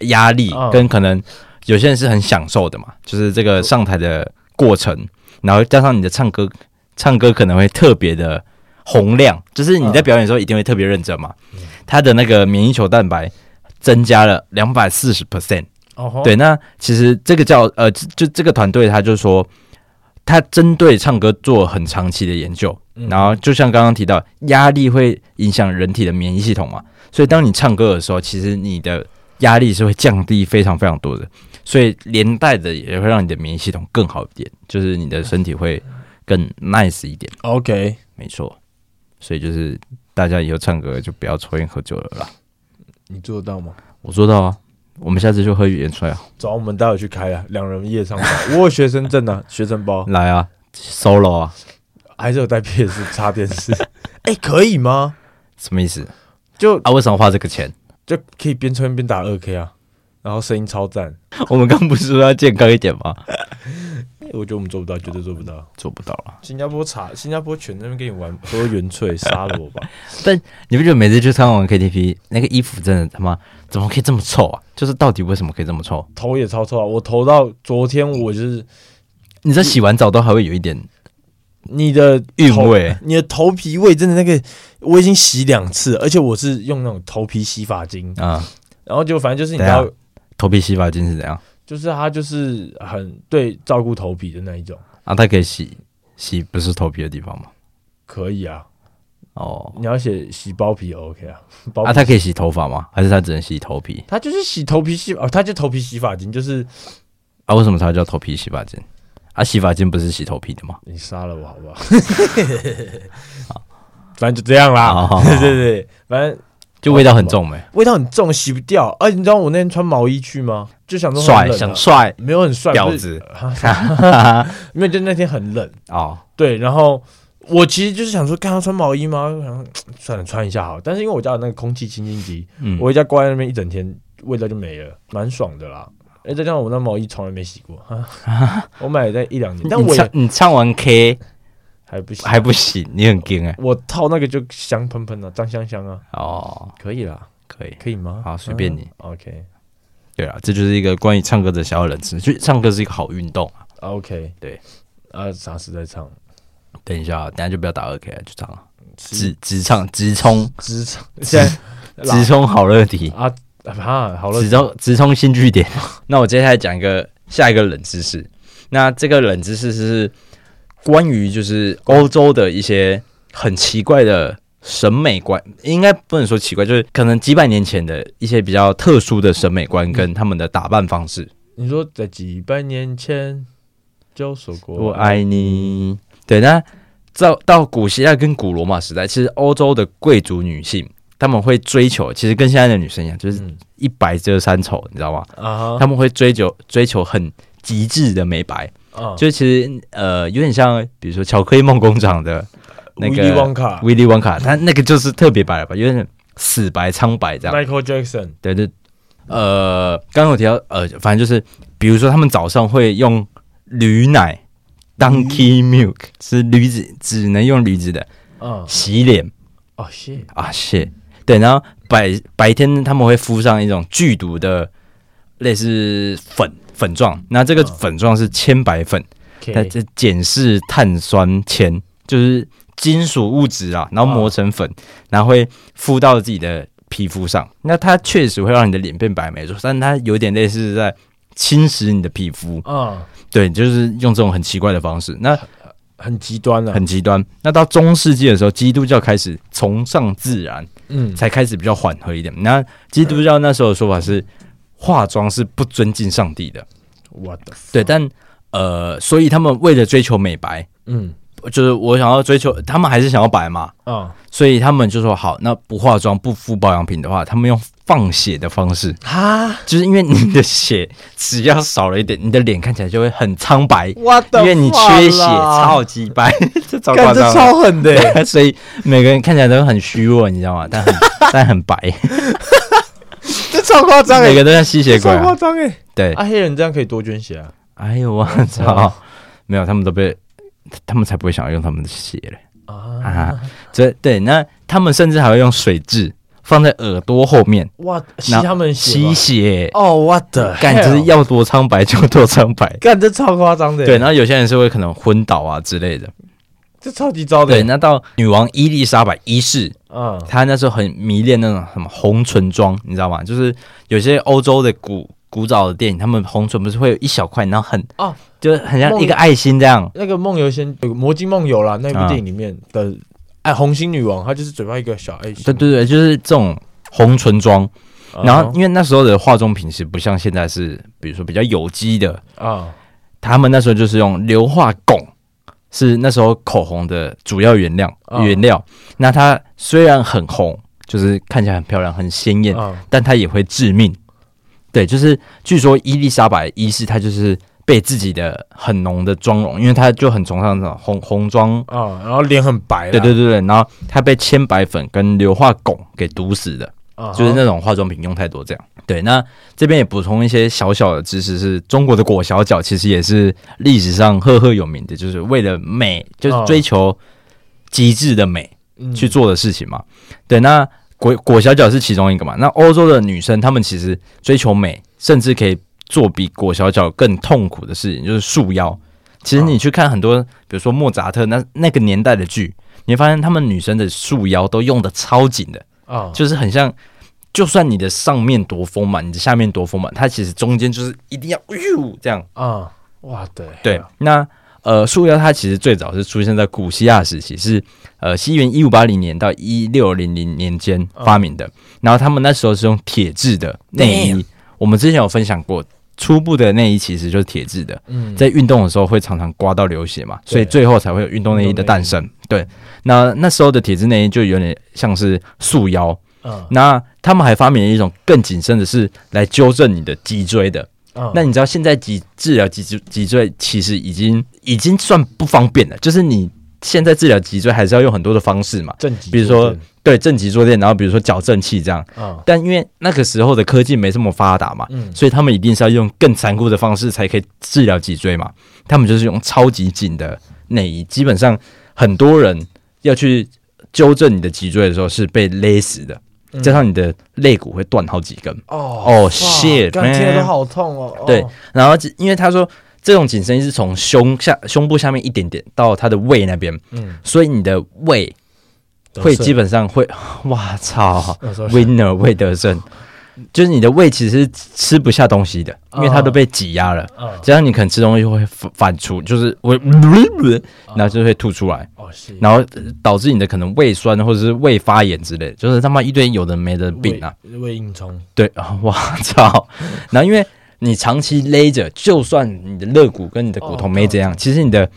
A: 压力
B: 嗯，
A: 跟可能有些人是很享受的嘛，就是这个上台的过程，然后加上你的唱歌，唱歌可能会特别的洪亮，就是你在
B: 嗯
A: 表演的时候一定会特别认真嘛。他的那个免疫球蛋白增加了两百四十 percent。
B: 哦吼，
A: 对，那其实这个叫呃，就就这个团队他就说，他针对唱歌做很长期的研究，
B: 嗯
A: 然后就像刚刚提到，压力会影响人体的免疫系统嘛，所以当你唱歌的时候，其实你的压力是会降低非常非常多的，所以连带的也会让你的免疫系统更好一点，就是你的身体会更 nice 一点，
B: 哦，OK，
A: 没错，所以就是大家以后唱歌就不要抽烟喝酒了啦，
B: 你做得到吗？
A: 我做到啊，我们下次就喝语言出来啊，
B: 找我们待会去开啊，两人夜唱吧。 我有学生证啊，学生包，
A: 来啊，solo 啊。
B: 还是有带 PS 插电视。 哎，可以吗？
A: 什么意思
B: 就
A: 啊？为什么花这个钱？
B: 就可以边抽烟边打二 K 啊，然后声音超赞。
A: 我们刚不是说要健康一点吗？
B: 哎我觉得我们做不到，绝对做不到。
A: 做不到啊了。
B: 新加坡茶，新加坡全那边跟你玩喝原萃，杀了我 吧！
A: 你不觉得每次去唱完 KTV，那个衣服真的他妈怎么可以这么臭啊？就是到底为什么可以这么臭？
B: 头也超臭啊！我头到昨天，我就是
A: 你这洗完澡都还会有一点
B: 你的
A: 韵
B: 头
A: 味，
B: 你的头皮味真的那个，我已经洗两次了，而且我是用那种头皮洗发精，
A: 啊、
B: 然后就反正就是你知
A: 等一下
B: 道，
A: 头皮洗发精是怎样
B: 就是它就是很对照顾头皮的那一种，
A: 啊？它可以洗洗不是头皮的地方吗？
B: 可以啊。
A: 哦，
B: 你要写洗包皮 OK 啊， 包皮
A: 啊，它可以洗头发吗？还是它只能洗头皮？
B: 它就是洗头皮洗哦，它就头皮洗发精，就是
A: 啊，为什么它叫头皮洗发精？啊，洗发精不是洗头皮的吗？
B: 你杀了我好 不好？反正就这样啦，
A: 好好好
B: 对对对，反正
A: 哦就味道很重 没？
B: 味道很重，洗不掉。而、且你知道我那天穿毛衣去吗？就想说很
A: 帅
B: 冷啊
A: 想帅
B: 没有很帅，
A: 婊
B: 不是啊
A: 子
B: 没有，就那天很冷。
A: 哦，
B: 对，然后我其实就是想说，干要穿毛衣吗？我想说算了，穿一下好了。但是因为我家有那个空气清新机，
A: 嗯，
B: 我回家挂在那边一整天，味道就没了，蛮爽的啦。哎，再加上我那毛衣从来没洗过，哈 我买了在一两年，但
A: 你
B: 我
A: 唱
B: 也
A: 你唱完 K
B: 还不洗，
A: 还不行，你很惊哎、
B: 我套那个就香喷喷的，脏香香啊，
A: 哦，
B: 可以啦，
A: 可以。
B: 可以吗？
A: 好随便你
B: 嗯 OK
A: 对啊，这就是一个关于唱歌的小冷知识。就唱歌是一个好运动啊。
B: OK，
A: 对，
B: 啊，啥时再唱？
A: 等一下啊，等一下就不要打二 K 了，就唱了
B: 直
A: 直直唱直冲
B: 直唱，现在
A: 直冲好乐迪，
B: 啊啊，好了
A: 直，冲直冲新据点。 那我接下来讲一个下一个冷知识。那这个冷知识是关于就是欧洲的一些很奇怪的审美观，应该不能说奇怪，就是可能几百年前的一些比较特殊的审美观跟他们的打扮方式。
B: 你说在几百年前就说过
A: 我爱你。对，那到到古希腊跟古罗马时代，其实欧洲的贵族女性，她们会追求，其实跟现在的女生一样，就是
B: 嗯
A: 一白遮三丑，你知道吗？
B: 啊
A: 她们会追求追求很极致的美白，
B: 哈，
A: 就其实呃有点像，比如说巧克力梦工厂的那
B: 威利旺
A: 个
B: 卡、
A: 威利旺卡，他那个就是特别白了吧，有点死白苍白这样。
B: Michael Jackson
A: 对对，呃，刚刚有提到，呃，反正就是，比如说他们早上会用驴奶，donkey milk 是驴子，只能用驴子的
B: 嗯，
A: 洗脸
B: 哦，谢，
A: 啊，是，对，然后白白天他们会敷上一种剧毒的类似粉粉状，那这个
B: 嗯
A: 粉状是千白粉，它这碱式碳酸铅就是金属物质啊，然后磨成粉，然后会敷到自己的皮肤上。那它确实会让你的脸变白，没错，但它有点类似在侵蚀你的皮肤。
B: 嗯，
A: 对，就是用这种很奇怪的方式，那
B: 很极端啊了，
A: 很极端。那到中世纪的时候，基督教开始崇尚自然，
B: 嗯，
A: 才开始比较缓和一点。那基督教那时候的说法是，化妆是不尊敬上帝的。
B: 我的，
A: 对，但呃，所以他们为了追求美白，
B: 嗯，
A: 就是我想要追求，他们还是想要白嘛，
B: 啊，
A: 所以他们就说好，那不化妆不敷保养品的话，他们用放血的方式，
B: 哈，
A: 就是因为你的血只要少了一点，你的脸看起来就会很苍白，因
B: 我的，
A: 为你缺血，超级白， 这超夸
B: 干这
A: 张了。
B: 超狠的，
A: 对， 所以每个人看起来都很虚弱，你知道吗？ 但很但很白，
B: 这超夸张
A: 每
B: 哎，
A: 个都像吸血鬼、
B: 超夸
A: 啊。
B: 张哎，
A: 对，
B: 啊，哦黑人这样可以多捐血啊，
A: 哎呦我操，没有，他们都被他们才不会想要用他们的血嘞。
B: 啊，
A: 啊，这对，那他们甚至还会用水蛭放在耳朵后面
B: 哇，吸
A: 那
B: 他们血吧
A: 吸，血，
B: 哦，我的，
A: 干就是要多苍白就多苍白。
B: 干这超夸张的，欸
A: 对，，然后有些人是会可能昏倒啊之类的。
B: 这超级糟的，欸
A: 对，那到女王伊丽莎白一世，
B: 嗯，
A: 她那时候很迷恋那种什么红唇妆，你知道吗？就是有些欧洲的古古早的电影，他们红唇不是会有一小块，然后很
B: 哦，
A: 就是很像
B: 梦
A: 一个爱心这样。
B: 那个梦游仙，有个《魔镜梦游》啦，那部
A: 啊
B: 电影里面的哎，红心女王，她就是嘴巴一个小爱心，
A: 对对对，就是这种红唇妆。
B: 啊，
A: 然后因为那时候的化妆品是不像现在是，比如说比较有机的，
B: 啊，
A: 他们那时候就是用硫化汞，是那时候口红的主要原料
B: 哦
A: 原料。那它虽然很红，就是看起来很漂亮、很鲜艳，
B: 啊
A: 但它也会致命。对，就是据说伊丽莎白一世她就是被自己的很浓的妆容，因为她就很崇尚那种红红妆，
B: 啊，然后脸很白啦，
A: 对对对对，然后她被千白粉跟硫化汞给毒死的。
B: 啊，
A: 就是那种化妆品用太多这样。对，那这边也补充一些小小的知识，是中国的裹小脚其实也是历史上赫赫有名的，就是为了美，就是追求极致的美
B: 那
A: 去做的事情嘛。对，那裹裹小脚是其中一个嘛。那欧洲的女生她们其实追求美，甚至可以做比裹小脚更痛苦的事情，就是束腰。其实你去看很多，比如说莫扎特那那个年代的剧，你会发现她们女生的束腰都用的超紧的。
B: 啊，
A: 就是很像，就算你的上面多丰满，你的下面多丰满，它其实中间就是一定要呦这样。
B: 啊，哇的，
A: 对，那呃，束腰它其实最早是出现在古希腊时期，是呃西元一五八零年到一六零零年间发明的。然后他们那时候是用铁质的内衣，我们之前有分享过，初步的内衣其实就是铁质的。
B: 嗯，
A: 在运动的时候会常常刮到流血嘛，
B: 对
A: 所以最后才会有运动内衣的诞生。对，那那时候的铁质内衣就有点像是束腰，
B: 嗯
A: 那他们还发明了一种更谨慎的是来纠正你的脊椎的。
B: 嗯，
A: 那你知道现在脊治疗脊椎脊椎其实已经已经算不方便了，就是你现在治疗脊椎还是要用很多的方式嘛，
B: 正极，
A: 比如说对正脊坐垫，然后比如说矫正器这样。
B: 啊，
A: 但因为那个时候的科技没这么发达嘛，
B: 嗯
A: 所以他们一定是要用更残酷的方式才可以治疗脊椎嘛。他们就是用超级紧的内衣，基本上很多人要去纠正你的脊椎的时候是被勒死的，
B: 嗯
A: 加上你的肋骨会断好几根。
B: 哦
A: 哦 shit，
B: 感觉
A: man
B: 都好痛哦，哦
A: 对，然后这因为他说这种紧身衣是从胸下胸部下面一点点到他的胃那边，
B: 嗯，
A: 所以你的胃会基本上会， 哇操！
B: 本
A: winner 魏德胜，就是你的胃其实是吃不下东西的，因为它都被挤压了。
B: 啊，
A: 加上你可能吃东西会反反出，就是会， 然后就会吐出来，
B: 哦是，
A: 然后呃导致你的可能胃酸或者是胃发炎之类的，就是他妈一堆有的没的病啊！
B: 胃，胃硬冲，
A: 对， 我 操！然后因为你长期勒着，就算你的肋骨跟你的骨头
B: 哦
A: 没怎样，其实你的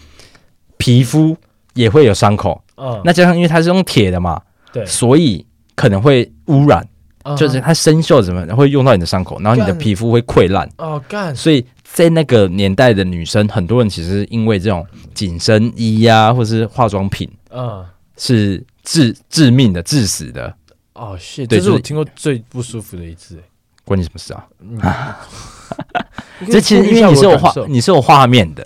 A: 皮肤也会有伤口。
B: 嗯，
A: 那加上因为它是用铁的嘛，
B: 对，
A: 所以可能会污染。
B: 啊
A: 就是它生锈怎么会用到你的伤口，然后你的
B: 干
A: 皮肤会溃烂，
B: 哦干，
A: 所以在那个年代的女生，很多人其实因为这种紧身衣呀、或是化妆品
B: 嗯。
A: 是致致命的、致死的。
B: 哦，shit，
A: 对
B: 这是
A: 就
B: 我
A: 是
B: 听过最不舒服的一次。欸嗯
A: 关你什么事啊？
B: 你可以
A: 这其实
B: 顾虑
A: 因
B: 一下
A: 为你
B: 我
A: 是有
B: 的感
A: 画
B: 受，
A: 你是有画面的，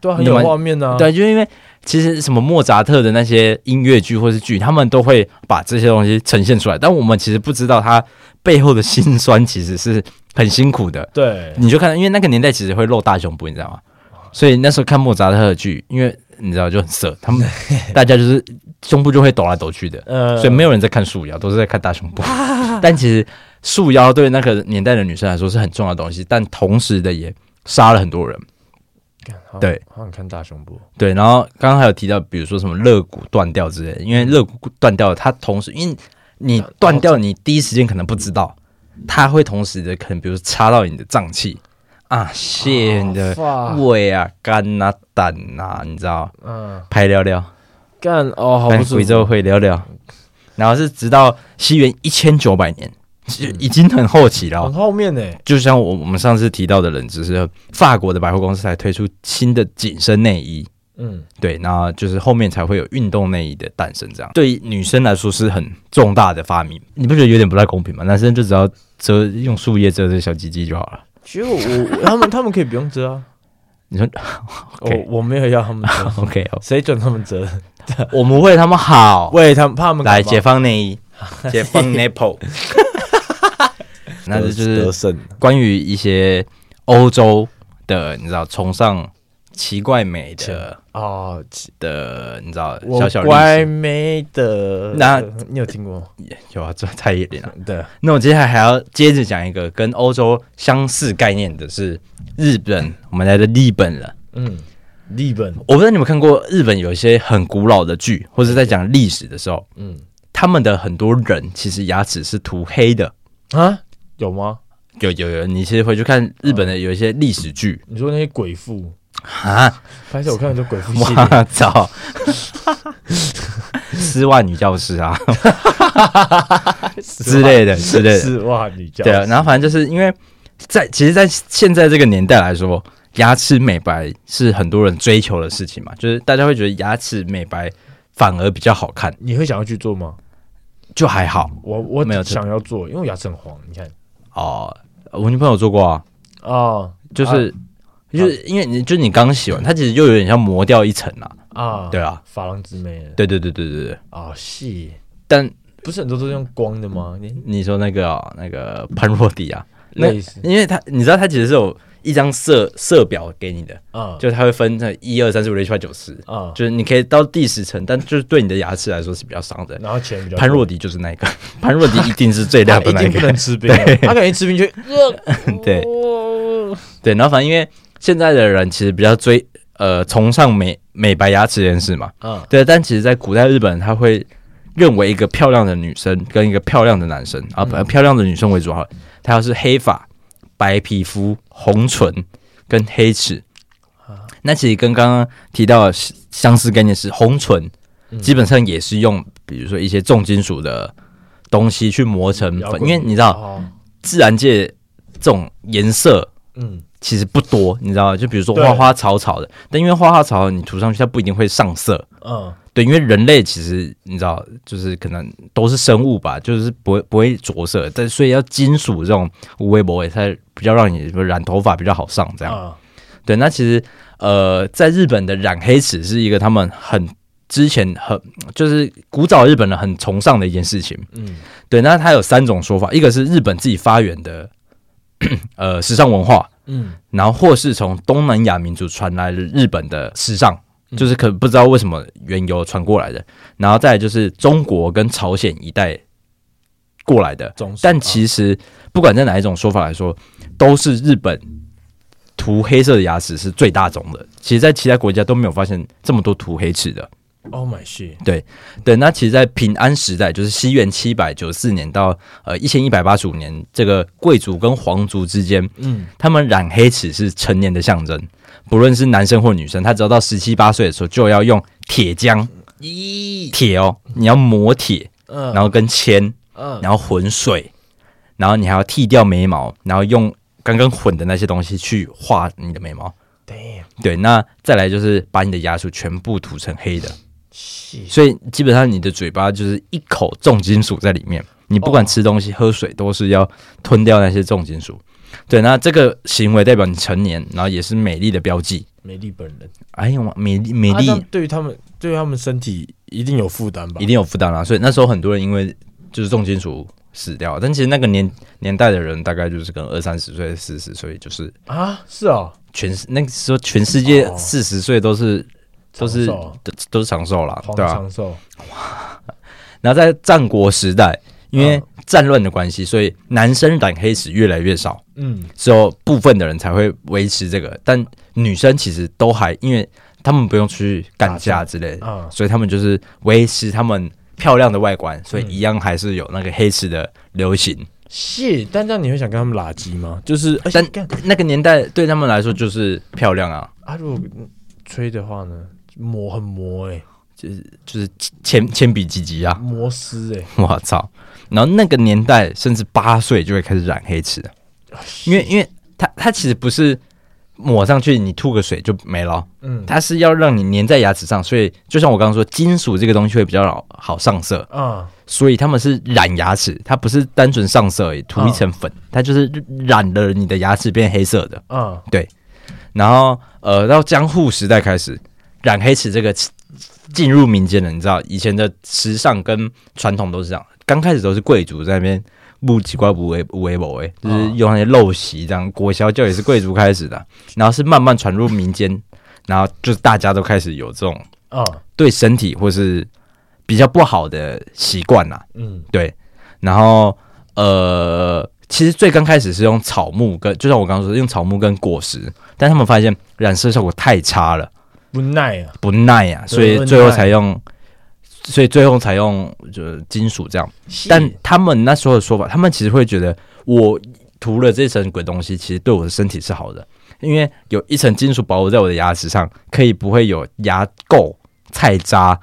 B: 对啊，很
A: 你
B: 有
A: 们
B: 画面呢、啊。
A: 对，就是因为其实什么莫扎特的那些音乐剧或是剧，他们都会把这些东西呈现出来，但我们其实不知道他背后的辛酸其实是很辛苦的。
B: 对，
A: 你就看，因为那个年代其实会露大胸部，你知道吗？所以那时候看莫扎特的剧，因为你知道就很色，他们大家就是胸部就会抖来抖去的，
B: 呃，
A: 所以没有人在看束腰，都是在看大胸部。但其实束腰对那个年代的女生来说是很重要的东西，但同时的也杀了很多人。
B: 干好
A: 对，
B: 好想看大胸部。
A: 对，然后刚刚还有提到，比如说什么肋骨断掉之类的，因为肋骨断掉，它同时因为你断掉，你第一时间可能不知道，它会同时的可能，比如插到你的脏器啊，谢你的
B: 哇，
A: 胃啊、肝啊、胆啊，你知道，
B: 嗯，
A: 排聊聊，
B: 干哦，好
A: 排
B: 不舒
A: 贵州
B: 服。
A: 会聊聊，然后是直到西元一千九百年，就已经很后期了哦、
B: 很后面呢、欸
A: 就像我我们上次提到的冷知识，法国的百货公司才推出新的紧身内衣，
B: 嗯，
A: 对，那就是后面才会有运动内衣的诞生，这样对于女生来说是很重大的发明。你不觉得有点不太公平吗？男生就只要遮用树叶遮遮小鸡鸡就好了。
B: 其实我我他们他们可以不用遮啊，
A: 你说
B: 我
A: OK
B: 我没有要他们遮，
A: OK 哦，
B: 谁准他们遮？
A: 我们为他们好，
B: 喂，他们怕他们
A: 来
B: 感冒
A: 解放内衣，解放 nipple。那这就
B: 呃得
A: 是
B: 胜，
A: 关于一些欧洲的，你知道崇尚奇怪美的
B: 哦，
A: 的，你知道
B: 我
A: 小小历
B: 乖
A: 史
B: 妹的，
A: 那
B: 你有听过？
A: 有啊，这蔡依林啊。
B: 对，
A: 那我接下来还要接着讲一个跟欧洲相似概念的是日本，我们来的日本了。
B: 嗯，日本，
A: 我不知道你们看过日本有一些很古老的剧，或是在讲历史的时候，
B: 嗯
A: 他们的很多人其实牙齿是涂黑的。
B: 啊，有吗？
A: 有有有，你其实回去看日本的有一些历史剧
B: 你说那些鬼父，
A: 啊，
B: 拍摄我看很多鬼父系列，
A: 我操， 丝袜女教师 啊之类的之类的，
B: 是哇，你讲
A: 对啊，然后反正就是因为在其实，在现在这个年代来说，牙齿美白是很多人追求的事情嘛，就是大家会觉得牙齿美白反而比较好看，
B: 你会想要去做吗？
A: 就还好
B: 我我
A: 没有
B: 想要做，因为我牙齿很黄，你看
A: 哦、我女朋友做过啊，
B: 啊
A: 就是、就是因为你就你刚洗完，它其实就有点像磨掉一层啦。
B: 啊，
A: 对，啊，
B: 珐琅质美了
A: 对对对对对对。
B: 啊，是，
A: 但
B: 不是很多都是用光的吗？你
A: 你说那个哦、那个潘若迪啊，那
B: 类似
A: 因为它你知道它其实是有一张色色表给你的，
B: 啊
A: 就是它会分成一二三四五六七八九十，
B: 啊，
A: 就是你可以到第十层，但就是对你的牙齿来说是比较伤的。
B: 然后钱比较
A: 潘若迪呃就是那一个，潘若迪一定是最
B: 他
A: 亮的那
B: 一定不
A: 个。
B: 能吃冰啊，他感觉吃冰就呃
A: 对
B: 哦
A: 对，然后反正因为现在的人其实比较追呃崇尚美美白牙齿这件事嘛，
B: 啊
A: 对，但其实在古代日本，他会认为一个漂亮的女生跟一个漂亮的男生啊，
B: 嗯
A: 本来漂亮的女生为主好了，她要是黑发、白皮肤、红唇跟黑齿
B: 啊，
A: 那其实跟刚刚提到的相相似概念是红唇，
B: 嗯
A: 基本上也是用比如说一些重金属的东西去磨成
B: 摇
A: 粉，
B: 滚
A: 因为你知道
B: 哦
A: 自然界这种颜色
B: 嗯
A: 其实不多，你知道吗？就比如说
B: 对
A: 花花草草的，但因为花花草草你涂上去它不一定会上色，
B: 嗯
A: 对，因为人类其实你知道，就是可能都是生物吧，就是不会不会着色，但所以要金属这种无微不微才比较让你什么染头发比较好上这样。
B: 啊
A: 对，那其实呃，在日本的染黑齿是一个他们很之前很就是古早日本人很崇尚的一件事情。
B: 嗯
A: 对，那它有三种说法，一个是日本自己发源的 呃时尚文化，
B: 嗯
A: 然后或是从东南亚民族传来的日本的时尚，
B: 嗯
A: 就是可不知道为什么缘由传过来的。然后再来就是中国跟朝鲜一带过来的，
B: 总是嗯
A: 但其实不管在哪一种说法来说，都是日本涂黑色的牙齿是最大宗的。其实，在其他国家都没有发现这么多涂黑齿的。
B: 啊 Oh my shit
A: 对，那其实，在平安时代，就是西元七百九四年到呃一千一百八十五年，这个贵族跟皇族之间，
B: 嗯
A: 他们染黑齿是成年的象征，不论是男生或女生，他只要到十七八岁的时候就要用铁浆，
B: 咦
A: 铁哦，你要磨铁，
B: 嗯
A: 然后跟铅，
B: 嗯
A: 然后混水，然后你还要剃掉眉毛，然后用刚刚混的那些东西去画你的眉毛。
B: Damn
A: 对，那再来就是把你的牙齿全部涂成黑的，
B: shit
A: 所以基本上你的嘴巴就是一口重金属在里面，你不
B: 哦
A: 管吃东西、喝水，都是要吞掉那些重金属。对，那这个行为代表你成年，然后也是美丽的标记。
B: 美丽本人，
A: 哎呦，美丽美
B: 啊
A: 丽、
B: 这样对于他们对于他们身体一定有负担吧？
A: 一定有负担啦，所以那时候很多人因为就是重金属死掉，但其实那个年年代的人大概就是跟二三十岁、四十岁，就是
B: 啊，是哦，
A: 全那个时候全世界
B: 哦
A: 四十岁都是、都是
B: 长寿
A: 都都是长寿啦，
B: 黄
A: 对吧、啊？
B: 长寿，
A: 然后在战国时代，因
B: 嗯
A: 为战乱的关系，所以男生染黑史越来越少，
B: 嗯，
A: 只有部分的人才会维持这个，但女生其实都还因为他们不用出去干架之类的，
B: 啊
A: 所以他们就是维持他们漂亮的外观，所以一样还是有那个黑池的流行。
B: 是，但这样你会想跟他们拉鸡吗？就是，而且
A: 但
B: 干
A: 那个年代对他们来说就是漂亮啊，
B: 啊，如果吹的话呢，磨很磨哎、
A: 就是铅铅笔几级啊，
B: 磨丝哎、
A: 我操！然后那个年代甚至八岁就会开始染黑池，
B: 啊
A: 因为因为它它其实不是抹上去你吐个水就没了哦。
B: 嗯
A: 它是要让你粘在牙齿上，所以就像我刚刚说，金属这个东西会比较好好上色，
B: 啊，
A: 所以他们是染牙齿，它不是单纯上色而已，涂一层粉，它就是染了你的牙齿变黑色的。
B: 啊，
A: 然后呃，到江户时代开始，染黑齿这个进入民间了，你知道以前的时尚跟传统都是这样，刚开始都是贵族在那边。不奇怪不为不为某哎，就是用那些陋习这样，裹小脚也是贵族开始的，然后是慢慢传入民间，然后就是大家都开始有这种
B: 啊，
A: 对身体或是比较不好的习惯啦。
B: 嗯，
A: 对，然后呃，其实最刚开始是用草木跟，就像我刚刚说，用草木跟果实，但他们发现染色效果太差了，
B: 不耐啊，
A: 不耐呀、所以
B: 不耐
A: 最后才用，所以最后才用就是金属这样。但他们那时候的说法，他们其实会觉得我涂了这层鬼东西，其实对我的身体是好的，因为有一层金属保护在我的牙齿上，可以不会有牙垢、菜渣，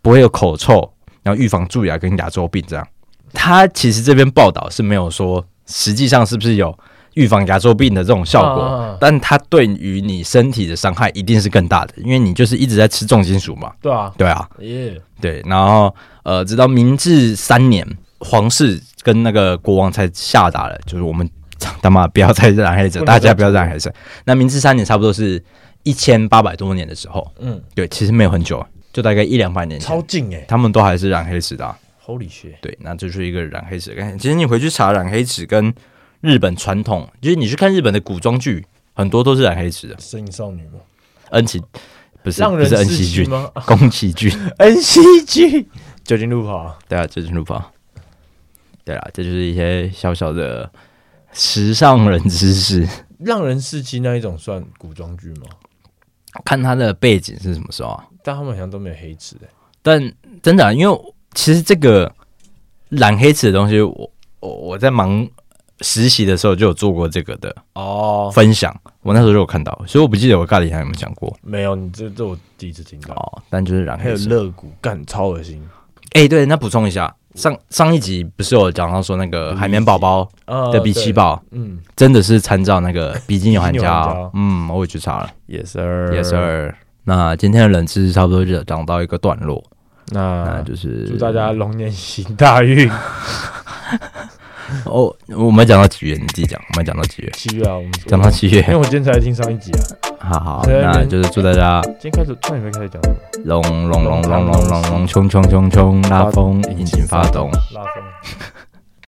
A: 不会有口臭，然后预防蛀牙跟牙周病这样。他其实这边报道是没有说实际上是不是有预防牙周病的这种效果，
B: 啊
A: 但它对于你身体的伤害一定是更大的，因为你就是一直在吃重金属嘛。
B: 对啊，
A: 对啊，
B: 耶，
A: 对，然后呃，直到明治三年，皇室跟那个国王才下达了，就是我们他妈不要再染黑色，
B: 不能再
A: 大家不要染黑色。那明治三年差不多是一千八百多年的时候，
B: 嗯，
A: 对，其实没有很久，就大概一两百年
B: 超
A: 前，
B: 近哎、
A: 他们都还是染黑纸的啊、
B: h o l y shit，
A: 对，那这就是一个染黑纸的概念。其实你回去查染黑纸跟日本传统，就是你去看日本的古装剧，很多都是染黑纸的。
B: 摄影少女吗？
A: 恩崎不是
B: 让
A: 不
B: 人
A: 是恩
B: 唏
A: 崎
B: 嘘
A: 骏，
B: 吗
A: 宫崎骏。
B: ？N C G，酒精路跑，
A: 对啊，就是路跑。对啦，这就是一些小小的时尚人知识，
B: 让人唏嘘那一种算古装剧吗？
A: 看他的背景是什么时候啊？
B: 但他们好像都没有黑纸哎、
A: 但真的啊、因为我其实这个染黑齿的东西，我我我在忙实习的时候就有做过这个的
B: 哦，
A: 分享，我那时候就有看到，所以我不记得我咖喱还有没有讲过
B: 没有，你这这我第一次听到。
A: 哦。但就是染
B: 还有
A: 黑齿，
B: 肋骨，干超恶心。
A: 哎、对，那补充一下，上上一集不是有讲到说那个海绵宝宝
B: 呃
A: 的比奇，宝、
B: 对嗯
A: 真的是参照那个比基尼玩家
B: 比基尼玩
A: 哦
B: 家，
A: 嗯，我也去查了。
B: ，yes sir
A: Yes sir。那今天的冷知识差不多就讲到一个段落，那
B: 那
A: 就是
B: 祝大家龙年行大运。
A: 哦，我们讲到几月？你自己讲，我们讲到几月？
B: 七月啊，我们
A: 讲到七月
B: 因，为我今天才听上一集啊，
A: 好好，
B: 对
A: 那就是祝大家
B: 今天开始，那你们开始讲什么？
A: 龙龙龙龙龙龙龙冲冲冲冲，拉风，引擎发动。
B: 拉风。